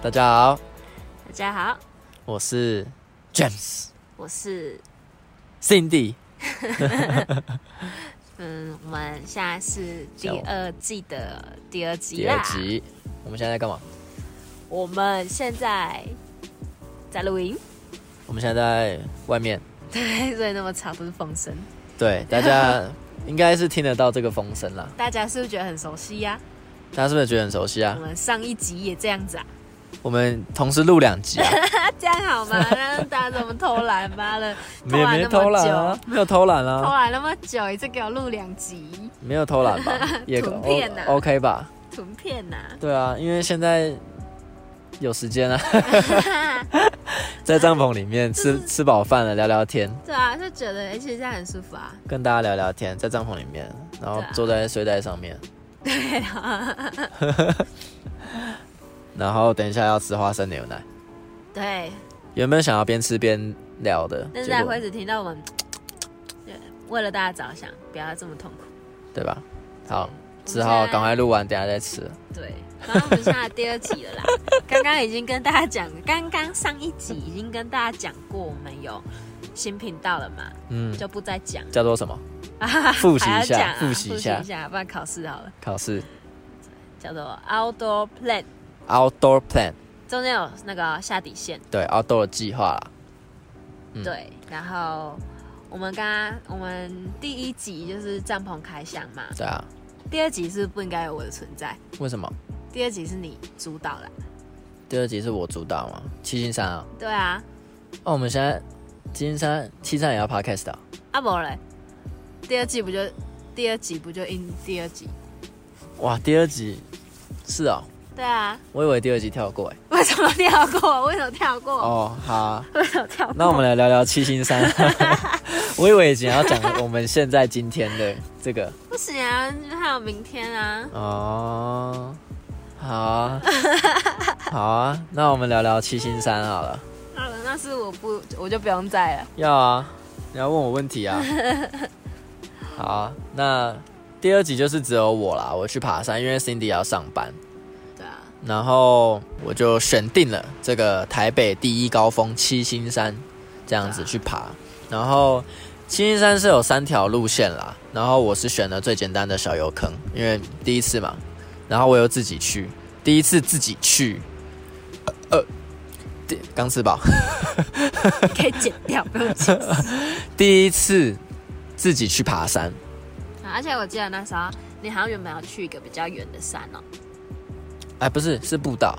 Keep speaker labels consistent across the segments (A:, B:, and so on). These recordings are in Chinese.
A: 大家好，
B: 大家好，
A: 我是 James
B: 我是
A: Cindy。
B: 嗯，我们现在是第
A: 叫我
B: 二季的第二集
A: 第
B: 啦
A: 二。集，我们现在在干嘛？
B: 我们现在在录音，
A: 我们现在在外面，
B: 对，所以那么吵不是风声，
A: 对大家应该是听得到这个风声啦。
B: 大家是不是觉得很熟悉呀、
A: 大家是不是觉得很熟悉啊
B: 我？们上一集也这样子啊，
A: 我们同时录两 集啊，
B: 那、这样好吗？让大家怎么偷懒？妈了，
A: 没有没有偷懒啊，没有偷懒
B: 偷
A: 啊，
B: 懒那么久，一次给我录两集，
A: 没有偷懒 吧？也
B: 图片啊
A: O OK 吧？
B: 图片呐、
A: 对啊，因为现在有时间 啊， 在帐篷里面吃
B: 嗯
A: 吃饱饭了，聊聊天，
B: 对啊，就觉得哎、其实这样很舒服啊。
A: 跟大家聊聊天，在帐篷里面，然后
B: 对啊
A: 坐在睡袋上面，
B: 对啊，
A: 然后等一下要吃花生牛奶。
B: 对，
A: 原本想要边吃边聊的，
B: 但是
A: 结
B: 待
A: 果
B: 会只听到我们，对，为了大家着想，不要这么痛苦。
A: 对吧？好，
B: 现
A: 只好
B: 在
A: 赶快录完，等一下再吃。
B: 对，然后我们现在第二集了 啦。刚刚已经跟大家讲，刚刚上一集已经跟大家讲过，我们有新频道了嘛，
A: 嗯，
B: 就不再讲。
A: 叫做什 么？复习
B: 还
A: 一
B: 要讲
A: 下，
B: 啊，
A: 复
B: 复
A: 习一
B: 下，
A: 下
B: 不然考试好了。
A: 考试
B: 叫做 Outdoor Plan，
A: outdoor plan，
B: 中间有那个下底线。
A: 对 outdoor 的计划啦。嗯
B: 对，然后我们刚刚我们第一集就是帐篷开箱嘛，
A: 对啊，
B: 第二集是不应该有我的存在，
A: 为什么？
B: 第二集是你主导啦。
A: 第二集是我主导嘛？七星山啊，
B: 对啊，
A: 哦，我们现在七星山七星山也要 podcast 啊？
B: 阿伯嘞，第二季不就第二集不就因第二集？
A: 哇，第二集是哦，
B: 对啊，
A: 我以为第二集跳过哎。
B: 为什么跳过？ 为什么跳过？
A: 哦，好啊，
B: 为什么跳过？
A: 那我们来聊聊七星 山。我以为已经要讲我们现在今天的这个
B: 不行啊，还有明天啊。
A: 哦，好啊，好啊，那我们聊聊七星山好了。
B: 好了，那是我不我就不用再了。
A: 要啊，你要问我问 题啊。好啊，那第二集就是只有我啦，我去爬山，因为 Cindy 要上班，
B: 对啊，
A: 然后我就选定了这个台北第一高峰七星山这样子去爬。然后七星山是有三条路线啦，然后我是选了最简单的小油坑，因为第一次嘛，然后我又自己去，第一次自己去，呃，呃第刚吃饱，
B: 你可以剪掉，不用剪。
A: 第一次自己去爬山，
B: 啊而且我记得那时候你好像原本要去一个比较远的山哦，
A: 哎，不是，是步道，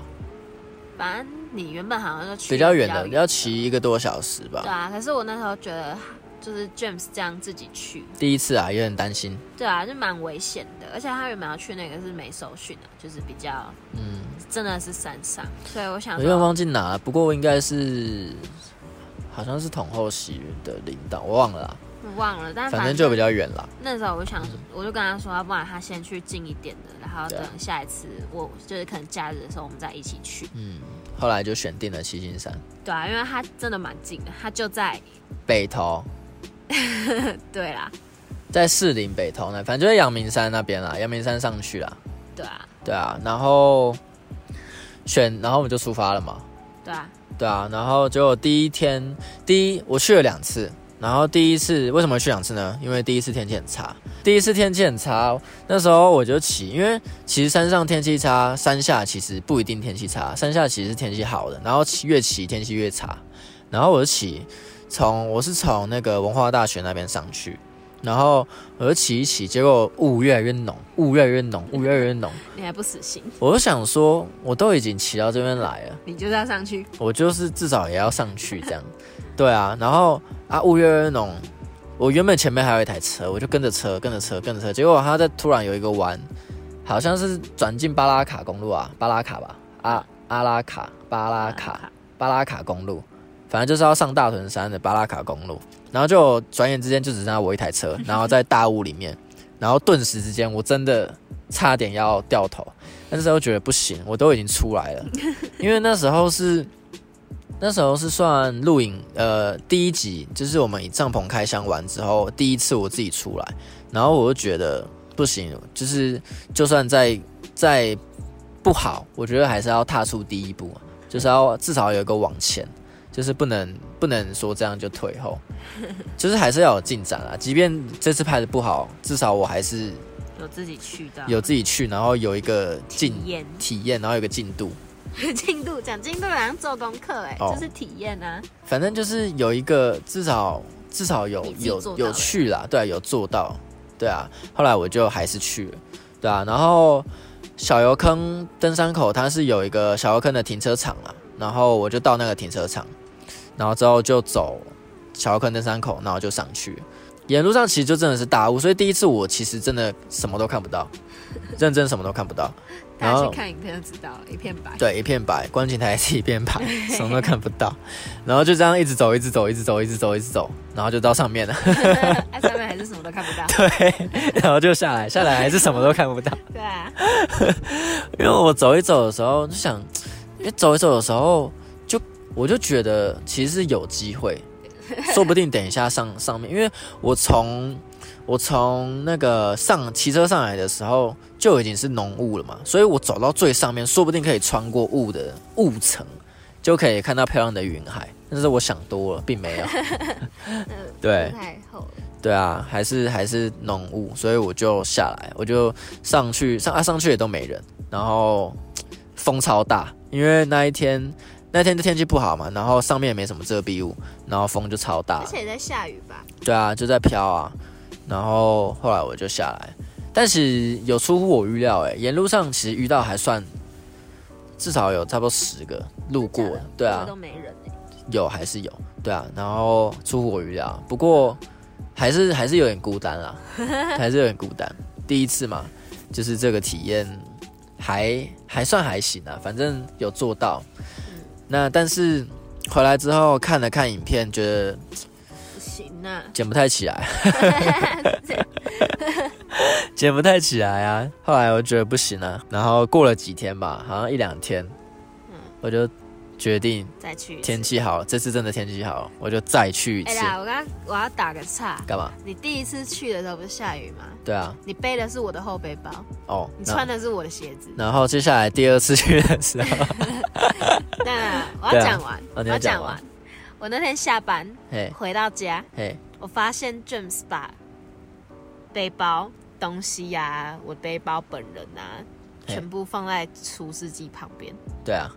B: 反正你原本好像就去
A: 比较远的，要。骑一个多小时
B: 对
A: 吧。
B: 啊，可是我那时候觉得，就是 James 这样自己去，
A: 第一次啊，有点担心，
B: 对啊，就蛮危险的。而且他原本要去那个是没手续的，就是比较
A: 嗯，
B: 真的是山上，所以我想
A: 我有点
B: 说，
A: 忘记拿了，不过应该是好像是统后喜的领导，我忘了啦，
B: 我忘了，但
A: 反正
B: 正
A: 就比较远啦。
B: 那时候我就想说，我就跟他说，要不然他先去近一点的，然后
A: 对啊
B: 等下一次我就是可能假日的时候我们再一起去，
A: 嗯，后来就选定了七星山
B: 对啊，因为他真的蛮近的，他就在
A: 北头，
B: 对啦，
A: 在士林北头那，反正就在阳明山那边啦，阳明山上去啦。
B: 对啊，
A: 对啊，然后选，然后我们就出发了嘛。
B: 对啊，
A: 对啊，然后结果第一天，第一我去了两次，然后第一次为什么去两次呢？因为第一次天气很差，第一次天气很差，那时候我就骑，因为其实山上天气差，山下其实不一定天气差，山下其实是天气好的，然后骑越骑天气越差，然后我就骑，从我是从那个文化大学那边上去。然后我就骑一骑，结果雾越来越浓，雾越来越浓，雾越来越浓。
B: 你还不死心，
A: 我就想说，我都已经骑到这边来了，
B: 你就是要上去，
A: 我就是至少也要上去这样。 对啊，然后啊，雾越来越浓。我原本前面还有一台车，我就跟着车，跟着车，跟着车，结果它在突然有一个弯，好像是转进巴拉卡公路啊，巴拉卡吧，啊，阿拉卡，巴拉卡，，巴拉卡公路，反正就是要上大屯山的巴拉卡公路。然后就转眼之间就只剩下我一台 车，然后在大雾里面，然后顿时之间我真的差点要掉头，但是我觉得不行，我都已经出 来了，因为那时候是那时候是算录影呃第一集，就是我们以帐篷开箱完之后第一次我自己出来，然后我就觉得不行，就是就算再再不好，我觉得还是要踏出第一步，就是要至少有一个往前，就是不能不能说这样就退后， 就是还是要有进展啦。即便这次拍的不好，至少我还是
B: 有自己去的，
A: 有自己去，然后有一个
B: 体
A: 进
B: 验
A: 体验，然后有个进度，
B: 进度讲进度好像做功课哎、
A: 哦
B: 就是体验啊，
A: 反正就是有一个至少至少有
B: 你自己做
A: 有
B: 到了
A: 有去啦，对啊、有做到，对啊。后来我就还是去了，对啊。然后小油坑登山口它是有一个小油坑的停车场啦，然后我就到那个停车场，然后之后就走小油坑登山口，然后就上去。沿路上其实就真的是大雾，所以第一次我其实真的什么都看不到，认真什么都看不到。
B: 大
A: 然
B: 家
A: 后
B: 去看影片就知道了，一片 白。
A: 对，一片白，观景台也是一片白，什么都看不到。然后就这样一直走，一直走，一直走，一直走，一直走，然后就到上面了。
B: 哎，上面还是什么都看不到。
A: 对，然后就下来，下来还是什么都看不到。
B: 对啊，
A: 因为我走一走的时候，就想，因为走一走的时候，就我就觉得其实是有机会，说不定等一下上上面，因为我从我从那个上骑车上来的时候就已经是浓雾了嘛，所以我走到最上面，说不定可以穿过雾的雾层，就可以看到漂亮的云海。但是我想多了，并没有。 对
B: 不太厚了。
A: 对啊，还是还是浓雾，所以我就下来，我就上去上啊上去也都没人，然后风超大，因为那一天那天的天气不好嘛，然后上面也没什么遮蔽物，然后风就超大
B: 而，且也在下雨吧？
A: 对啊，就在飘啊，然后后来我就下来，但是有出乎我预料诶、沿路上其实遇到还算至少有差不多十个路过
B: 真的假的，
A: 对啊，
B: 周围都没人哎、
A: 有还是有，对啊，然后出乎我预料，不过还是还是有点孤单啦， 还是有点孤单。第一次嘛，就是这个体验还还算还行啊，反正有做到。那但是回来之后看了看影片，觉得
B: 不行 啊，
A: 捡不太起来，捡不太起来啊。后来我觉得不行啊，然后过了几天吧，好像一两天，
B: 嗯
A: 我就决定
B: 再去一次
A: 天。气好了，这次真的天气好了，我就再去一
B: 哎
A: 次。
B: 啦，我刚我要打个岔，
A: 干嘛？
B: 你第一次去的时候不是下雨吗？
A: 对啊，
B: 你背的是我的后背包，
A: 哦，
B: 你
A: 那
B: 穿的是我的鞋子。
A: 然后接下来第二次去的时候，
B: 那我
A: 对
B: 要
A: 啊
B: 讲完，
A: 哦
B: 我
A: 你要
B: 要
A: 讲
B: 讲
A: 完
B: 完。我那天下班
A: 嘿，
B: 回到家，
A: 嘿，
B: 我发现 James 把背包、东西呀、我背包本人啊，
A: 嘿
B: 全部放在除湿机旁边，
A: 对啊，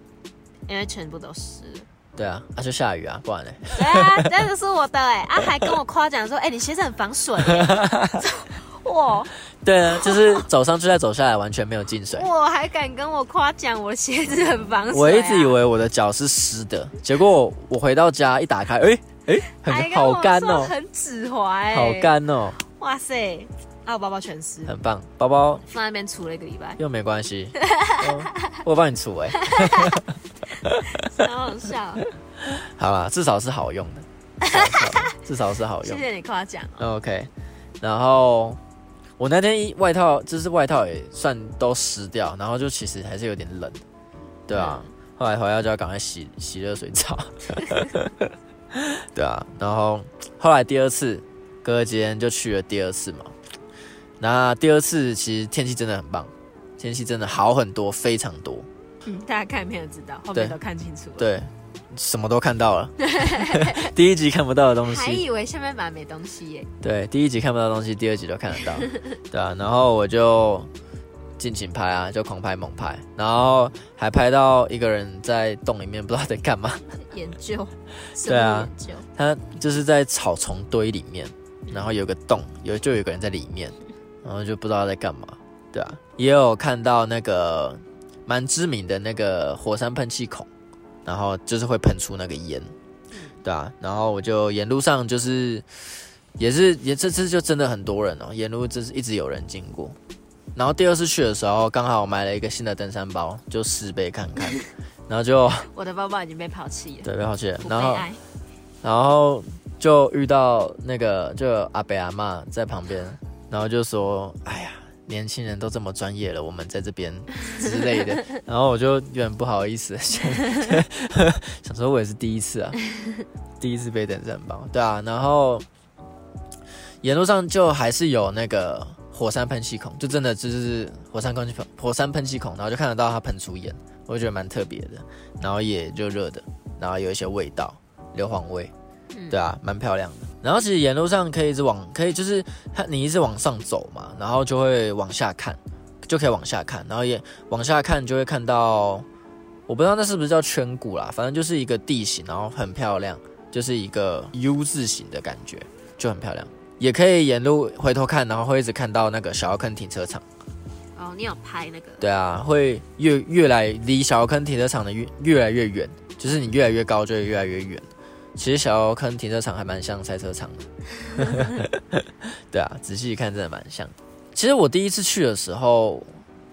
B: 因为全部都湿了。
A: 对啊，啊就下雨啊，不然嘞，
B: 对啊，这个是我的哎、啊还跟我夸奖说，哎、你鞋子很防水、欸 哇，
A: 对啊，就是走上去再走下来，完全没有进 水。
B: 我还敢跟我夸奖我鞋子很防水、啊，
A: 我一直以为我的脚是湿的，结果我回到家一打开，哎哎，
B: 还
A: 很
B: 跟我
A: 好干
B: 说
A: 哦，
B: 很止滑哎、
A: 好，干哦，
B: 哇塞，啊我包包全湿，
A: 很棒，包包
B: 放在那边除了一个 礼拜，
A: 又没关 系，哦我帮你除哎，
B: 好好笑，
A: 好啦，至少是好用的，至少是好用至少是好
B: 谢
A: 用。
B: 谢你夸奖哦，
A: OK，然后我那天一外套就是外套也算都湿掉，然后就其实还是有点冷，对啊。后来回来就要赶快洗洗热水澡， 对啊。然后后来第二次，哥哥今天就去了第二次嘛。那第二次其实天气真的很棒，天气真的好很多，非常多。
B: 嗯，大家看片就知道，后面
A: 对
B: 都看清楚了。
A: 对，什么都看到了。第一集看不到的东西，
B: 还以为下面板没东西耶，
A: 对，第一集看不到的东西，第二集都看得到，对啊，然后我就尽情拍啊，就狂拍猛拍，然后还拍到一个人在洞里面不知道在干嘛，
B: 研 究，
A: 对啊
B: 生物研究，
A: 他就是在草丛堆里面，然后有个洞，有就有个人在里面，然后就不知道在干嘛，对啊，也有看到那个蛮知名的那个火山喷气孔，然后就是会喷出那个烟，对啊，然后我就沿路上就是也是也这次就真的很多人哦，沿路就是一直有人经过。然后第二次去的时候，刚好我买了一个新的登山包，就试背看看，然后就
B: 我的包包已经被抛弃了，
A: 对，被好奇了，
B: 不被
A: 然后
B: 爱，
A: 然后就遇到那个就有阿北阿嬷在旁边，然后就说：“哎呀，年轻人都这么专业了，我们在这边之类的。”然后我就有点不好意思， 想想说我也是第一次啊，第一次被登山包，对啊。然后沿路上就还是有那个火山喷气孔，就真的就是火山喷气孔，火山喷气孔，然后就看得到它喷出烟，我觉得蛮特别的，然后也热热的，然后有一些味道，硫磺味，
B: 嗯
A: 对啊，蛮漂亮的。然后其实沿路上可以一直往，可以就是它你一直往上走嘛，然后就会往下看，就可以往下看，然后也往下看就会看到，我不知道那是不是叫圈谷啦，反正就是一个地形，然后很漂亮，就是一个 U 字形的感觉，就很漂亮。也可以沿路回头看，然后会一直看到那个小坑停车场。
B: 哦，你有拍那个？
A: 对啊，会越越来离小坑停车场的越越来越远，就是你越来越高就会越来越远。其实小坑停车场还蛮像赛车场的， 对啊，仔细一看真的蛮像。其实我第一次去的时候，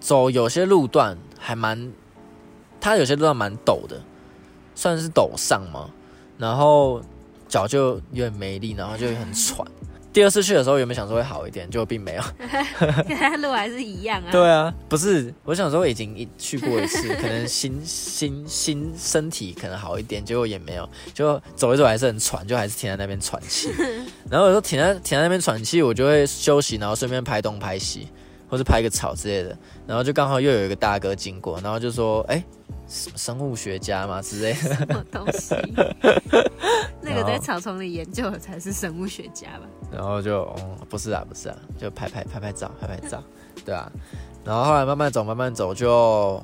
A: 走有些路段还蛮，它有些路段蛮陡的，算是陡上嘛，然后脚就有点没力，然后就很喘。第二次去的时候原本想说会好一点，就并没有。
B: 跟他路还是一样啊。
A: 对啊，不是，我想说已经一去过一次，可能心心心身体可能好一点，结果也没有，就走一走还是很喘，就还是停在那边喘气。然后有时候停在停在那边喘气，我就会休息，然后顺便拍东拍西，或是拍个草之类的。然后就刚好又有一个大哥经过，然后就说：“哎、什么生物学家嘛之类的。
B: 什么东西？ 那
A: 然
B: 个
A: 后
B: 在草丛里研究的才是生物学家吧？”
A: 然后就嗯，不是啊，不是啊，就拍拍拍拍照，拍拍照，对啊。然后后来慢慢走，慢慢走就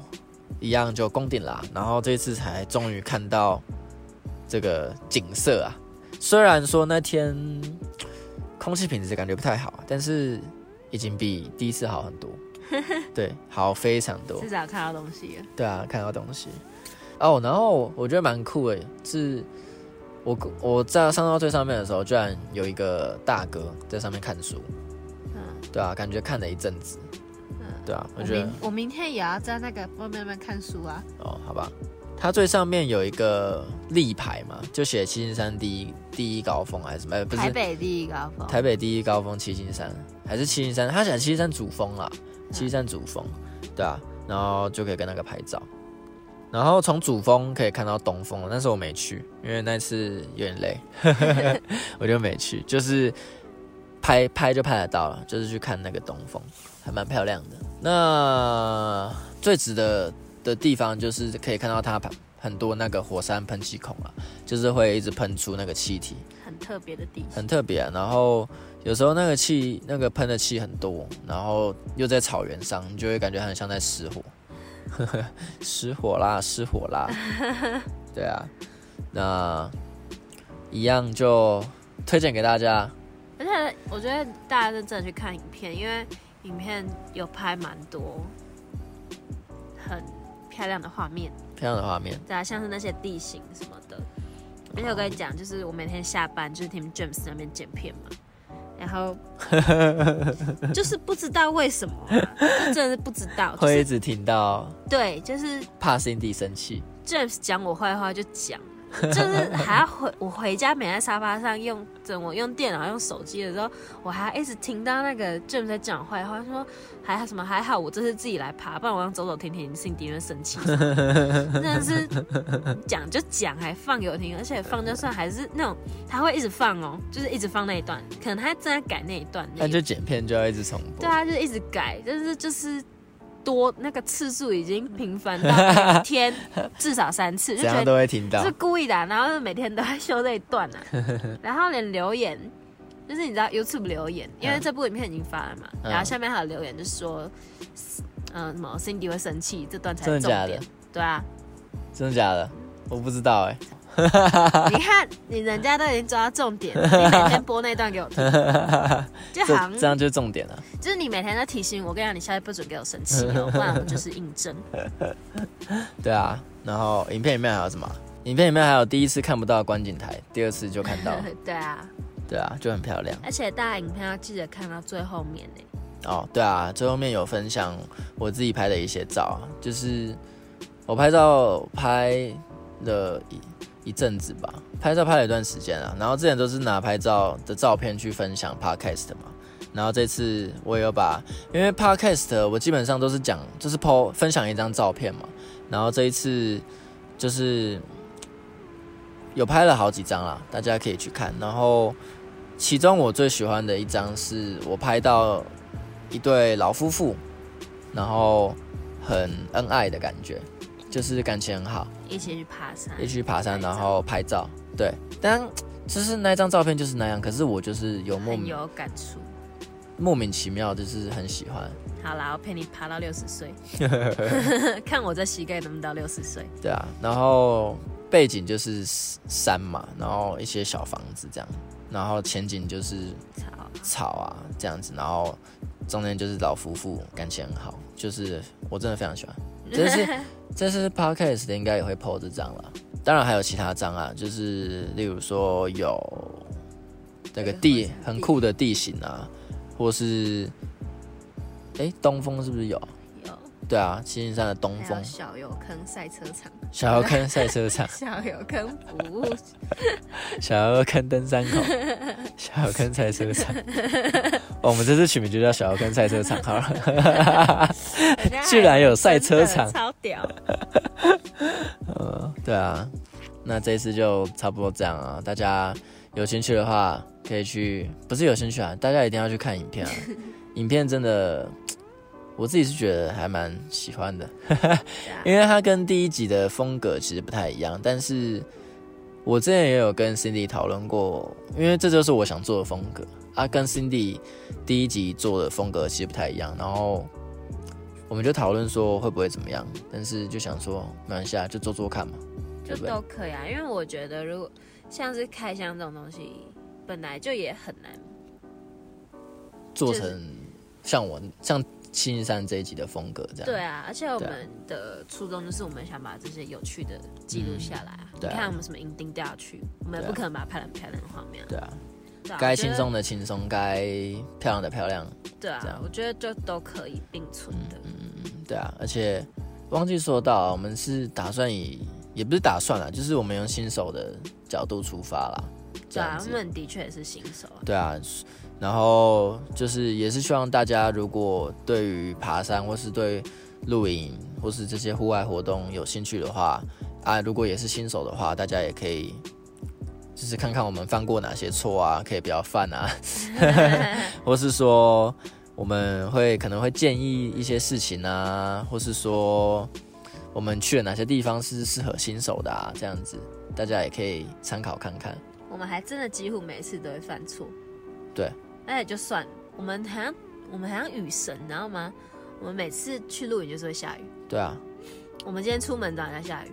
A: 一样就攻顶啦。然后这次才终于看到这个景色啊。虽然说那天空气品质感觉不太好，但是已经比第一次好很多。对，好非常多
B: 至。少看到东西了。
A: 对啊，看到东西。哦，然后我觉得蛮酷诶，是我我在上到最上面的时候，居然有一个大哥在上面看书。
B: 嗯，
A: 对啊，感觉看了一阵子。对啊，我
B: 我
A: 觉得
B: 明我明天也要在那个外面慢慢看书啊。
A: 哦，好吧。它最上面有一个立牌嘛，就写七星山第一第一高峰还是什么？呃，不是
B: 台北第一高峰，
A: 台北第一高峰七星山，还是七星山？它写七星山主峰啦，七星山主峰，对啊，然后就可以跟那个拍照。然后从主峰可以看到东峰，但是我没去，因为那次有点累，我就没去。就是拍拍就拍得到了，就是去看那个东峰，还蛮漂亮的。那最值得的地方就是可以看到它很多那个火山喷气孔啊，就是会一直喷出那个气体，
B: 很特别的地
A: 很
B: 形。
A: 特别、啊。然后有时候那个气，那个喷的气很多，然后又在草原上，你就会感觉很像在失火， 失火啦，失火 啦。对啊，那一样就推荐给大家。
B: 而且我觉得大家认真地去看影片，因为影片有拍蛮多很漂亮的画面，
A: 漂亮的画面，
B: 对啊，像是那些地形什么的。而且我跟你讲，就是我每天下班就是听 James 那边剪片嘛，然后就是不知道为什么啊、就真的是不知道，就
A: 会一
B: 是
A: 直听到
B: 对，就是
A: 怕 Cindy 生气，
B: James 讲我坏话就讲，就是还要回 我回家，没在沙发上用，等我用电脑、用手机的时候，我还一直听到那个 James 在讲坏话，说还好什么还好，我这是自己来爬，不然我让走走停停，心敌人生气。真的是讲就讲，还放给我听，而且放就算，还是那种他会一直放哦，就是一直放那一段，可能他正在改那一段那
A: 但
B: 一
A: 就剪片就要一直重播
B: 对。啊，就是一直改，但是就是多那个次数已经频繁到一天至少三次，就
A: 怎
B: 觉
A: 样
B: 得
A: 都会听到
B: 是，故意的啊、然后每天都在修这一 段啊，然后连留言，就是你知道 YouTube 留言，因为
A: 嗯
B: 这部影片已经发了嘛，
A: 嗯
B: 然后下面还有留言就说，嗯、什么 Cindy 会生气，这段才
A: 真的
B: 是重
A: 假
B: 点
A: 的，
B: 对啊，
A: 真的假的？我不知道哎、
B: 你看你人家都已经抓到重点了，你每天播那段给 我听，就好
A: 这这
B: 像
A: 样就是重点了。
B: 就是你每天在提醒我，跟你讲，你下次不准给我生气哦，不然我就是应 征。
A: 哦对啊，然后影片里面还有什么？影片里面还有第一次看不到的观景台，第二次就看 到了，
B: 对啊，
A: 对啊，就很漂亮
B: 而且大家影片要记得看到最后面欸呢。
A: 哦。对啊，最后面有分享我自己拍的一些照，啊就是我拍照拍了一一阵子吧，拍照拍了一段时间啊。然后之前都是拿拍照的照片去分享 podcast 嘛，然后这次我也有把，因为 podcast 我基本上都是讲就是 po 分享一张照片嘛，然后这一次就是有拍了好几张啦，大家可以去看。然后其中我最喜欢的一张是我拍到一对老夫妇，然后很恩爱的感觉，就是感情很好，
B: 一起去爬山
A: 一，起去爬山，
B: 拍照
A: 然后拍照。对，但就是那张照片就是那样，可是我就是有莫
B: 很
A: 名
B: 有感触。
A: 莫名其妙，就是很喜欢。
B: 好啦，我陪你爬到六十 岁，看我这膝盖能不能到六十岁。
A: 对啊，然后背景就是山嘛，然后一些小房子这样，然后前景就是
B: 操，
A: 草啊这样子，然后中间就是老夫妇感情很好，就是我真的非常喜欢。这是这是 podcast 的应该也会 PO 这张了，当然还有其他张啊，就是例如说有那个
B: 对
A: 地
B: 好像
A: 很
B: 地
A: 酷的地形啊，或是哎、东风是不是有？
B: 有
A: 对啊，七星山的东
B: 还
A: 风
B: 有啊小油坑赛车场、
A: 小摇坑赛车 场。
B: 小油坑服务
A: 小摇坑登山口，小摇坑赛车场。哦我们这次取名就叫小摇坑赛车场好了。
B: 人家 还
A: 居然有赛车场
B: 真的超屌！
A: 对啊，那这一次就差不多这样啊。大家有兴趣的话，可以去，不是有兴趣啊，大家一定要去看影片啊。影片真的，我自己是觉得还蛮喜欢的，因为它跟第一集的风格其实不太一样，但是。我之前也有跟 Cindy 讨论过，因为这就是我想做的风格啊，跟 Cindy 第一集做的风格其实不太一样，然后我们就讨论说会不会怎么样，但是就想说没关系啊，就做做看嘛，
B: 就
A: 对不对
B: 都可以啊，因为我觉得如果像是开箱这种东西，本来就也很难。
A: 做
B: 就是
A: 成像我像七星山这一集的风格这样。
B: 对啊，而且我
A: 对啊
B: 们的初衷就是我们想把这些有趣的记录下来啊。
A: 对啊
B: 你看我们什么银钉掉下去，我们也
A: 对啊
B: 不可能把它拍得很漂亮的画面啊。
A: 对啊，
B: 对啊
A: 该轻。松的轻松，该漂亮的漂亮，
B: 我觉得对
A: 这
B: 啊，
A: 样
B: 我觉得就都可以并存的。
A: 嗯，对啊。而且忘记说到啊，我们是打算以也不是打算啦，就是我们用新手的角度出发啦，这
B: 对啊
A: 样，
B: 他
A: 子。
B: 们的确也是新手啊。
A: 对啊，然后就是也是希望大家如果对于爬山或是对露营或是这些户外活动有兴趣的话，啊，如果也是新手的话，大家也可以就是看看我们犯过哪些错啊，可以不要犯啊， 或是说我们会可能会建议一些事情啊，或是说我们去了哪些地方是适合新手的啊，这样子大家也可以参考看看。
B: 我们还真的几乎每次都会犯错。
A: 对，
B: 那也就算了，我们好像我们好像雨神，你知道吗？我们每次去露营就是会下雨。
A: 对啊，
B: 我们今天出门早上在下雨，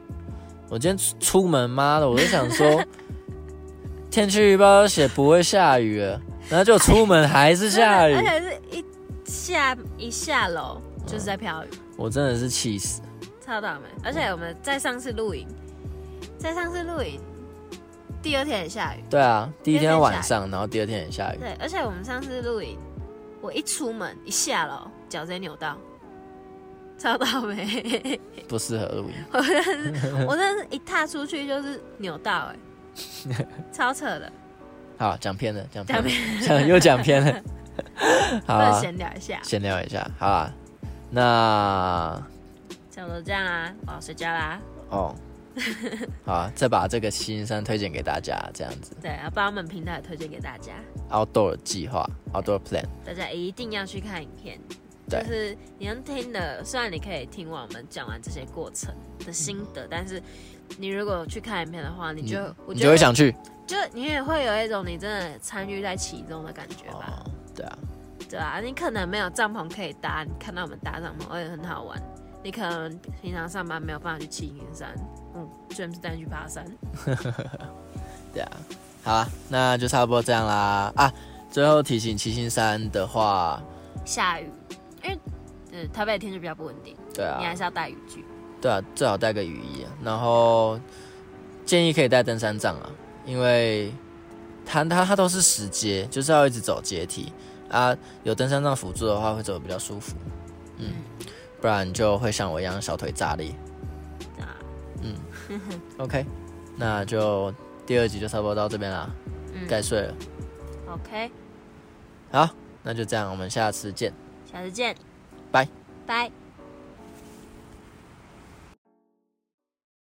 A: 我今天出出门，妈的，我就想说， 天气预报都写不会下雨了，然后就出门还是下雨
B: 而，且是一下一下楼就是在飘雨，
A: 我真的是气死。
B: 超倒霉。
A: 嗯
B: 而且我们在上次露营，在上次露营第二天也下雨，
A: 对啊，第一
B: 第二天下
A: 天
B: 雨
A: 晚上，然后第二天也下雨，
B: 对，而且我们上次露营，我一出门一下楼脚直接扭到，超倒霉。
A: 不适合露营。
B: 我真的是一踏出去就是扭到 哎、超扯的。
A: 好，讲偏了，讲
B: 讲
A: 偏了，讲 又讲偏 了。好
B: 不然
A: 啊，
B: 闲聊一下，
A: 闲聊一下，好啊。那
B: 差不多这样啊，我要睡觉啦。
A: 哦，好啊，再把这个新山推荐给大家，这样子
B: 对，要把我们频道也推荐给大家，
A: outdoor 计划 outdoor plan，
B: 大家一定要去看影片。就
A: 对
B: 是你能听的，虽然你可以听完我们讲完这些过程的心得，但是你如果去看影片的话，你就、我
A: 嗯你
B: 觉
A: 就
B: 得
A: 会想去。
B: 就你也会有一种你真的参与在其中的感觉吧，
A: 哦，对啊，
B: 对啊，你可能没有帐篷可以搭，你看到我们搭帐篷，而且很好玩。你可能平常上班没有办法去七云山，嗯，James 带你去爬山，
A: 对啊，好啊，那就差不多这样啦啊。最后提醒七星山的话，
B: 下雨，因为呃台北的天气比较不稳定，
A: 对
B: 你还
A: 啊，
B: 是要带雨具。
A: 对啊，最好带个雨衣啊、然后建议可以带登山杖啊，因为它它它都是石阶，就是要一直走阶梯啊。有登山杖辅助的话，会走得比较舒服，嗯，不然就会像我一样小腿炸裂。
B: 对啊，
A: OK，那就第二集就差不多到这边啦，
B: 嗯
A: 该睡了。
B: ，OK，
A: 好，那就这样，我们下次见。
B: 下次见，
A: 拜
B: 拜。